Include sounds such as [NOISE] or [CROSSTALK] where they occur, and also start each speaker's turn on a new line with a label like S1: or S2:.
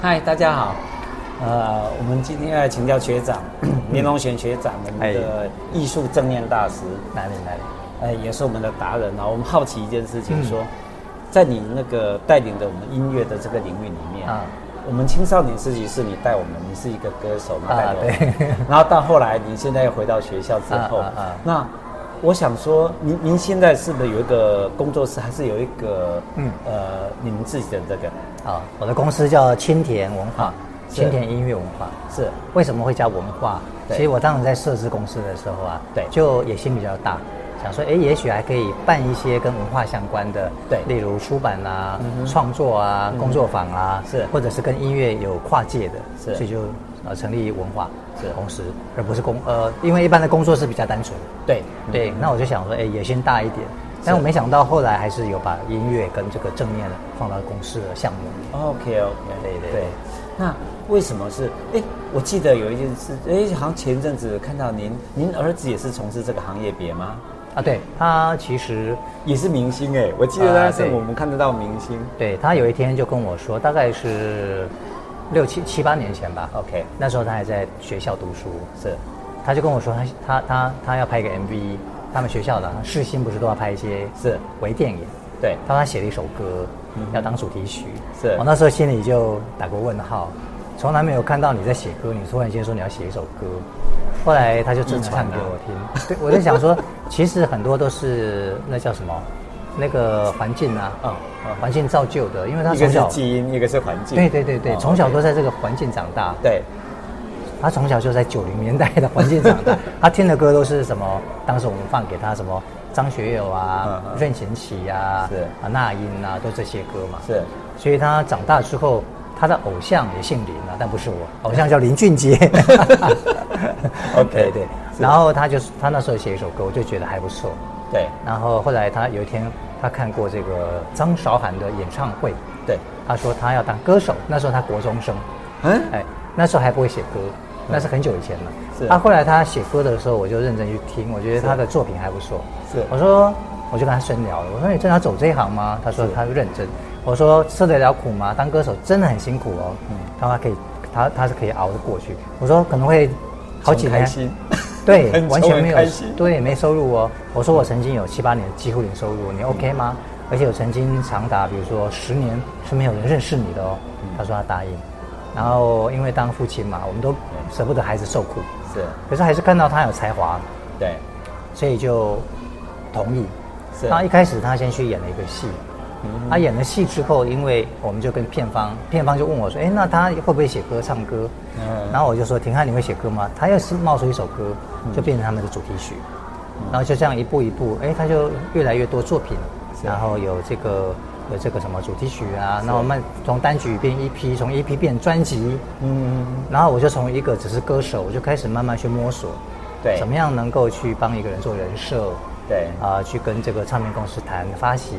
S1: 嗨，大家好。呃，我们今天来请教学
S2: [COUGHS]
S1: 长林龙贤学长，我们
S2: 哎
S1: 的艺术正念大师，
S2: 哪里哪里？
S1: 呃，也是我们的达人啊。我们好奇一件事情，
S2: 嗯
S1: 说，在你那个带领的我们音乐的这个领域里面
S2: 啊，
S1: 我们青少年时期是你带我们，你是一个歌手，你带
S2: 啊
S1: 我
S2: 对
S1: 们， [LAUGHS] 然后到后来你现在又回到学校之后
S2: 啊啊啊，
S1: 那我想说，您您现在是不是有一个工作室，还是有一个
S2: 嗯
S1: 呃你们自己的这个
S2: 啊，我的公司叫青田文化
S1: 啊，是
S2: 青田音乐文化。
S1: 是
S2: 为什么会叫文化？
S1: 对
S2: 其实我当时在设置公司的时候啊，
S1: 对
S2: 就野心比较大，想说，哎，也许还可以办一些跟文化相关的，
S1: 对
S2: 例如出版啦、
S1: 嗯哼
S2: 创作啊、工作坊啊，
S1: 是
S2: 或者是跟音乐有跨界的，
S1: 是
S2: 所以就呃成立文化
S1: 是
S2: 同时，而不是工呃，因为一般的工作是比较单纯，
S1: 对
S2: 对，那我就想说，哎，野心大一点，但
S1: 嗯是
S2: 我没想到后来还是有把音乐跟这个正念放到公司的项目里。
S1: OK OK，
S2: 对对
S1: 对。那为什么是？哎，我记得有一件事，哎，好像前阵子看到您，您儿子也是从事这个行业别吗？
S2: 啊，对，他其实
S1: 也是明星哎，我记得他
S2: 啊
S1: 是
S2: 对
S1: 我们看得到明星。
S2: 对他有一天就跟我说，大概是六七七八年前吧。哦
S1: OK
S2: 那时候他还在学校读书，
S1: 是
S2: 他就跟我说他他他他要拍一个 MV，他们学校的世新不是都要拍一些
S1: 是
S2: 微电影，
S1: 对嗯
S2: 他说他写了一首歌、要当主题曲，哦
S1: 是
S2: 我那时候心里就打过问号，从来没有看到你在写歌，你突然间说你要写一首歌，后来他就真的唱给我
S1: 啊
S2: 听， [LAUGHS] 对我在想说，其实很多都是那叫什么，那个环境啊，
S1: 嗯嗯
S2: 环境造就的，因为他
S1: 一个
S2: 从
S1: 是
S2: 小，
S1: 基因，一个是环境。
S2: 对对对对，
S1: 哦
S2: 从小都在这个环境长大，
S1: 对
S2: 他从小就在九零年代的环境长
S1: [LAUGHS]
S2: 大，他听的歌都是什么？当时我们放给他什么张学友啊
S1: 嗯、嗯
S2: 任贤齐啊、
S1: 是
S2: 啊那英啊，都这些歌嘛。
S1: 是
S2: 所以他长大之后，他的偶像也姓林啊，但不是
S1: [LAUGHS]
S2: 我，偶像叫林俊杰。
S1: OK，
S2: 对对。
S1: 是
S2: 然后他就是他那时候写一首歌，我就觉得还不错。
S1: 对
S2: 然后后来他有一天他看过这个张韶涵的演唱会，
S1: 对，
S2: 他说他要当歌手，那时候他国中生。
S1: 嗯
S2: 哎，那时候还不会写歌，那是很久以前了。
S1: 是
S2: 啊，后来他写歌的时候，我就认真去听，我觉得他的作品还不错。
S1: 是
S2: 我说，我就跟他深聊了，我说你真的要走这一行吗？他说他认真。我说吃得了苦吗？当歌手真的很辛苦哦。嗯，他说他可以，他他是可以熬得过去。我说可能会好几
S1: 很开
S2: 年。，
S1: 心
S2: [LAUGHS] 对，完全没有
S1: [LAUGHS] 很开心。
S2: 对，没收入哦。我说我曾经有七八年几乎零收入，你 OK 吗？而且我曾经长达比如说十年是没有人认识你的哦。
S1: 嗯
S2: 他说他答应，然后因为当父亲嘛，我们都舍不得孩子受苦，
S1: 是，
S2: 可是还是看到他有才华，
S1: 对
S2: 所以就同意。
S1: 是
S2: 那一开始他先去演了一个戏
S1: 嗯，
S2: 他演了戏之后，因为我们就跟片方，片方就问我说：“哎，那他会不会写歌、唱歌？”
S1: 嗯
S2: 然后我就说：“廷汉，你会写歌吗？”他又是冒出一首歌，
S1: 嗯
S2: 就变成他们的主题曲。然后就这样一步一步，哎，他就越来越多作品，
S1: 是
S2: 然后有这个有这个什么主题曲啊，然后慢从单曲变 EP，从 EP 变专辑，
S1: 嗯
S2: 然后我就从一个只是歌手，我就开始慢慢去摸索，
S1: 对
S2: 怎么样能够去帮一个人做人设，
S1: 对
S2: 啊、去跟这个唱片公司谈发行，